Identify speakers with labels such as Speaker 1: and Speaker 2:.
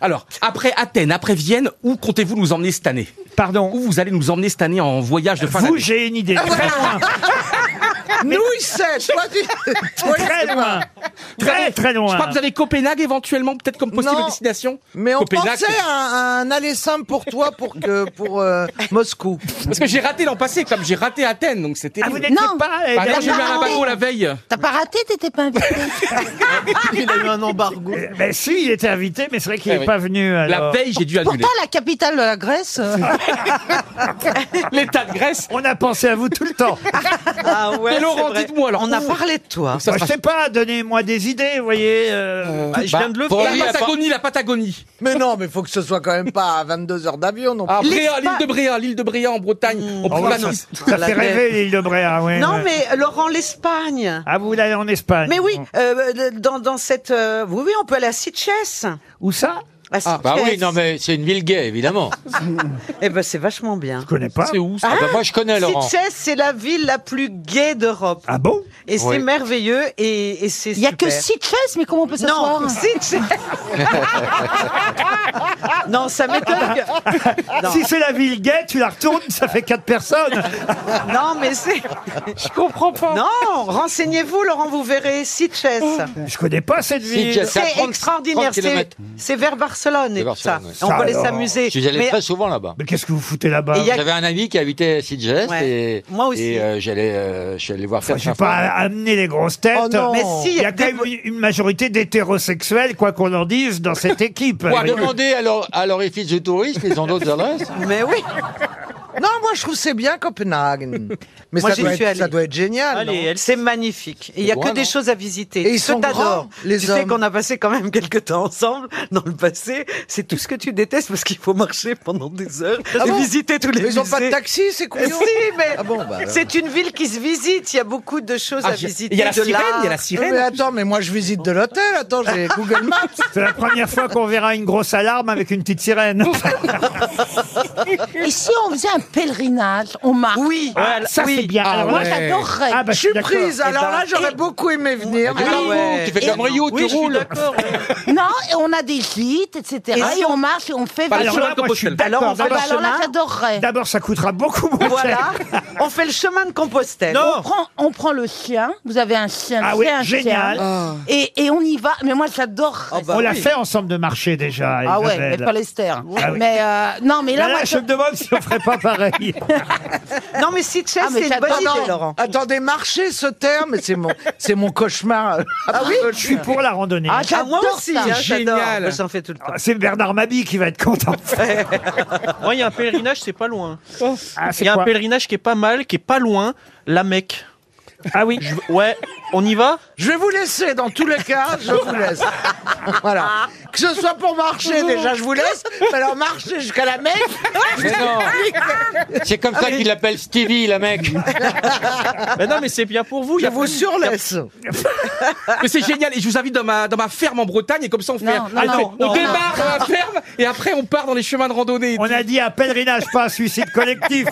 Speaker 1: Alors, après Athènes, après Vienne, où comptez-vous nous emmener cette année
Speaker 2: Pardon
Speaker 1: Où vous allez nous emmener cette année en voyage de fin
Speaker 2: Vous,
Speaker 1: d'année
Speaker 2: j'ai une idée. Très loin.
Speaker 3: Nous, il sait. Toi, tu... Ouais,
Speaker 2: Très
Speaker 3: c'est
Speaker 2: loin. Très, très loin.
Speaker 1: Je crois que vous avez Copenhague éventuellement, peut-être comme possible
Speaker 3: Non.
Speaker 1: destination
Speaker 3: Mais on
Speaker 1: Copenhague,
Speaker 3: pensait à un, à un aller simple pour toi, pour que pour euh, Moscou.
Speaker 1: c'est- Parce que j'ai raté l'an passé, comme j'ai raté Athènes, donc c'était...
Speaker 2: Ah, vous n'étiez
Speaker 4: Non.
Speaker 2: pas... eh
Speaker 1: Bah non,
Speaker 2: bien,
Speaker 1: j'ai eu un
Speaker 4: non.
Speaker 1: abaco la veille.
Speaker 4: T'as pas raté, t'étais pas invité.
Speaker 3: Il a eu un embargo.
Speaker 2: eh ben, si, il était invité, mais c'est vrai qu'il
Speaker 1: Eh
Speaker 2: n'est
Speaker 1: oui.
Speaker 2: pas venu.
Speaker 1: La
Speaker 2: alors.
Speaker 1: veille, j'ai dû annuler.
Speaker 4: Pourtant, la capitale de la Grèce. euh,
Speaker 1: L'état de Grèce.
Speaker 2: On a pensé à vous tout le temps.
Speaker 5: Ah ouais,
Speaker 1: Mais Laurent,
Speaker 5: c'est vrai.
Speaker 1: dites-moi alors.
Speaker 5: On a
Speaker 1: où-
Speaker 5: parlé de toi.
Speaker 1: Ça
Speaker 2: Moi, je
Speaker 1: sera-
Speaker 2: sais pas, donnez-moi des idées, vous voyez. euh,
Speaker 5: Bah, je viens de le
Speaker 1: Pour
Speaker 5: faire.
Speaker 1: la Patagonie, la Patagonie.
Speaker 3: Mais non, mais faut que ce soit quand même pas à 22 heures d'avion non plus.
Speaker 1: Ah, Bréa, l'île de Bréa, l'île de Bréa en Bretagne. On
Speaker 2: oh,
Speaker 1: prend la
Speaker 2: ça,
Speaker 1: Nice.
Speaker 2: ça fait rêver l'île de Bréa, oui.
Speaker 5: Non,
Speaker 2: oui.
Speaker 5: mais euh, Laurent, l'Espagne.
Speaker 2: Ah, vous voulez aller en Espagne
Speaker 5: Mais oui,
Speaker 6: Ah,
Speaker 5: euh, dans, dans cette. euh, oui, oui, on peut aller à Sitges. À
Speaker 2: Où ça
Speaker 6: Ah bah oui,
Speaker 5: Sitges.
Speaker 6: non mais c'est une ville gay, évidemment.
Speaker 5: Eh ben, c'est vachement bien.
Speaker 2: Je connais pas.
Speaker 1: C'est où ça
Speaker 6: Ah bah moi je connais Laurent.
Speaker 5: Sitges, c'est la ville la plus gaie d'Europe.
Speaker 2: Ah bon
Speaker 5: Et c'est
Speaker 6: Oui.
Speaker 5: merveilleux et, et c'est.
Speaker 4: Il y a que
Speaker 5: super.
Speaker 4: six fesses, mais comment on peut s'asseoir
Speaker 5: Non, Sitges. non, ça m'étonne. que- Ah, Non.
Speaker 2: Si c'est la ville gay, tu la retournes, ça fait quatre personnes.
Speaker 5: Non, mais c'est.
Speaker 1: Je comprends pas. Oh.
Speaker 5: Non, renseignez-vous, Laurent, vous verrez. Sitges.
Speaker 2: Je connais pas cette ville.
Speaker 6: Sitges. C'est à
Speaker 5: C'est
Speaker 6: 30
Speaker 5: extraordinaire.
Speaker 6: 30
Speaker 5: c'est-
Speaker 6: kilomètres.
Speaker 5: C'est vers Barcelone
Speaker 6: C'est
Speaker 5: et tout ça.
Speaker 6: Barcelone, oui.
Speaker 5: On
Speaker 2: Ça
Speaker 5: peut aller
Speaker 2: alors.
Speaker 6: Je
Speaker 5: s'amuser.
Speaker 6: suis allé
Speaker 5: Mais-
Speaker 6: très souvent là-bas.
Speaker 2: Mais qu'est-ce que vous foutez là-bas
Speaker 5: Et il y a-
Speaker 6: J'avais un ami qui habitait Sitges
Speaker 5: Ouais.
Speaker 6: et,
Speaker 5: Moi aussi.
Speaker 6: et, euh, j'allais euh, je suis allé voir
Speaker 2: Enfin,
Speaker 6: faire
Speaker 2: Je vais
Speaker 5: Oh,
Speaker 2: pas amener les grosses têtes.
Speaker 3: Oh non.
Speaker 5: Mais si,
Speaker 2: Il y a quand même une majorité d'hétérosexuels, quoi qu'on en dise, dans cette équipe.
Speaker 6: Quoi, demander à leur, à leur office de tourisme, ils ont d'autres adresses
Speaker 5: Mais oui.
Speaker 3: Non, moi je trouve c'est bien Copenhague. Mais
Speaker 5: Moi,
Speaker 3: ça,
Speaker 5: j'y
Speaker 3: doit
Speaker 5: suis
Speaker 3: être,
Speaker 5: allée.
Speaker 3: ça doit être génial.
Speaker 5: Allez,
Speaker 3: non
Speaker 5: elle- c'est magnifique. Et Il n'y a
Speaker 6: loin,
Speaker 5: que des
Speaker 6: non
Speaker 5: choses à visiter.
Speaker 3: Et ils
Speaker 5: Je
Speaker 3: sont
Speaker 5: t'adore.
Speaker 3: grands, les
Speaker 5: tu sais
Speaker 3: hommes.
Speaker 5: qu'on a passé quand même quelques temps ensemble dans le passé. C'est tout ce que tu détestes parce qu'il faut marcher pendant des heures et
Speaker 3: Ah bon
Speaker 5: visiter tous les
Speaker 3: Mais ils ont
Speaker 5: musées.
Speaker 3: pas de taxi, c'est
Speaker 5: Si,
Speaker 3: couillon.
Speaker 5: mais
Speaker 3: Ah bon, bah, alors.
Speaker 5: c'est une ville qui se visite. Il y a beaucoup de choses
Speaker 1: Ah,
Speaker 5: à
Speaker 1: j'ai-
Speaker 5: visiter.
Speaker 1: Il y a la
Speaker 5: de
Speaker 1: sirène,
Speaker 5: l'art.
Speaker 1: il y a la
Speaker 3: Non, mais
Speaker 1: sirène.
Speaker 3: attends, mais moi je visite de l'hôtel. Attends, j'ai Google Maps.
Speaker 2: C'est la première fois qu'on verra une grosse alarme avec une petite sirène.
Speaker 4: Et si on faisait un pélerinage, on marche
Speaker 5: Oui, voilà,
Speaker 2: Ah, ça,
Speaker 5: oui.
Speaker 2: c'est bien. Alors
Speaker 4: Moi,
Speaker 2: là,
Speaker 4: j'adorerais.
Speaker 2: ah, bah,
Speaker 3: Je suis
Speaker 2: d'accord.
Speaker 3: prise. Alors
Speaker 5: ben,
Speaker 3: là, j'aurais
Speaker 4: et-
Speaker 3: beaucoup aimé venir.
Speaker 6: Tu
Speaker 5: Ah
Speaker 6: fais comme
Speaker 5: ouais.
Speaker 6: Rio, Tu fais
Speaker 4: Et-
Speaker 6: comme
Speaker 5: Oui,
Speaker 6: Rio,
Speaker 5: je
Speaker 6: tu
Speaker 5: suis
Speaker 6: roules.
Speaker 5: d'accord.
Speaker 4: Non, et on a des gîtes, etc. Et,
Speaker 5: Et si
Speaker 4: on marche et on fait
Speaker 1: Par
Speaker 2: Alors
Speaker 1: exemple,
Speaker 2: là, moi, je suis
Speaker 1: Compostelle.
Speaker 2: d'accord.
Speaker 5: Alors, on fait
Speaker 4: Ah bah
Speaker 2: D'abord,
Speaker 5: pas-
Speaker 4: alors là,
Speaker 5: chemin.
Speaker 4: j'adorerais.
Speaker 2: D'abord, ça coûtera beaucoup moins
Speaker 5: Voilà,
Speaker 2: cher.
Speaker 5: on fait le chemin de Compostelle.
Speaker 2: Non.
Speaker 4: On prend, on prend le chien. Vous avez un chien.
Speaker 2: Ah
Speaker 4: j'ai
Speaker 2: oui,
Speaker 4: un
Speaker 2: génial.
Speaker 4: chien. Et, et on y va. Mais moi, j'adore.
Speaker 5: Ah bah
Speaker 2: On l'a
Speaker 5: oui.
Speaker 2: fait ensemble de marché déjà.
Speaker 4: ah ouais, mais
Speaker 2: Isabelle.
Speaker 4: pas l'Esther.
Speaker 2: Ah oui.
Speaker 4: Mais euh, non, mais
Speaker 2: Mais
Speaker 4: là,
Speaker 2: là,
Speaker 4: moi,
Speaker 2: je me demande si on ferait pas pareil.
Speaker 5: Non, mais Sitges,
Speaker 4: Ah, mais
Speaker 5: c'est une bonne
Speaker 4: j'adore.
Speaker 5: idée,
Speaker 4: Non, non.
Speaker 5: Laurent.
Speaker 3: Attendez, marcher ce terme, c'est mon, c'est mon cauchemar. Ah oui,
Speaker 2: Je suis pour la randonnée.
Speaker 4: Ah,
Speaker 5: Ah, moi
Speaker 4: J'adore
Speaker 5: aussi,
Speaker 4: ça.
Speaker 5: hein, j'adore.
Speaker 1: Génial.
Speaker 5: Moi, J'en fais tout le temps.
Speaker 2: Ah, C'est Bernard Mabi qui va être content.
Speaker 7: Moi, il y a un pèlerinage, c'est pas loin.
Speaker 2: Ah,
Speaker 7: Il
Speaker 2: c'est
Speaker 7: y a un
Speaker 2: quoi
Speaker 7: pèlerinage qui est pas mal, qui est pas loin, la Mecque.
Speaker 2: Ah oui.
Speaker 7: Je- Ouais, on y va
Speaker 3: je vais vous laisser dans tous les cas, je vous laisse. Voilà. Que ce soit pour marcher, déjà, je vous laisse. Mais alors marcher jusqu'à la Mecque,
Speaker 6: Mais non C'est
Speaker 5: Ah
Speaker 6: comme ça qu'il l'appelle Stevie, la mec.
Speaker 7: Mais non, mais c'est bien pour vous. il y
Speaker 3: je
Speaker 7: a
Speaker 3: vous
Speaker 7: pas-
Speaker 3: surlaisse.
Speaker 1: Mais c'est génial. Et je vous invite dans ma, dans ma ferme en Bretagne. Et comme ça, on fait.
Speaker 4: Non, non,
Speaker 1: on
Speaker 4: non,
Speaker 1: fait- on
Speaker 4: non,
Speaker 1: démarre dans la ferme et après, on part dans les chemins de randonnée.
Speaker 2: On a dit un pèlerinage, pas un suicide collectif.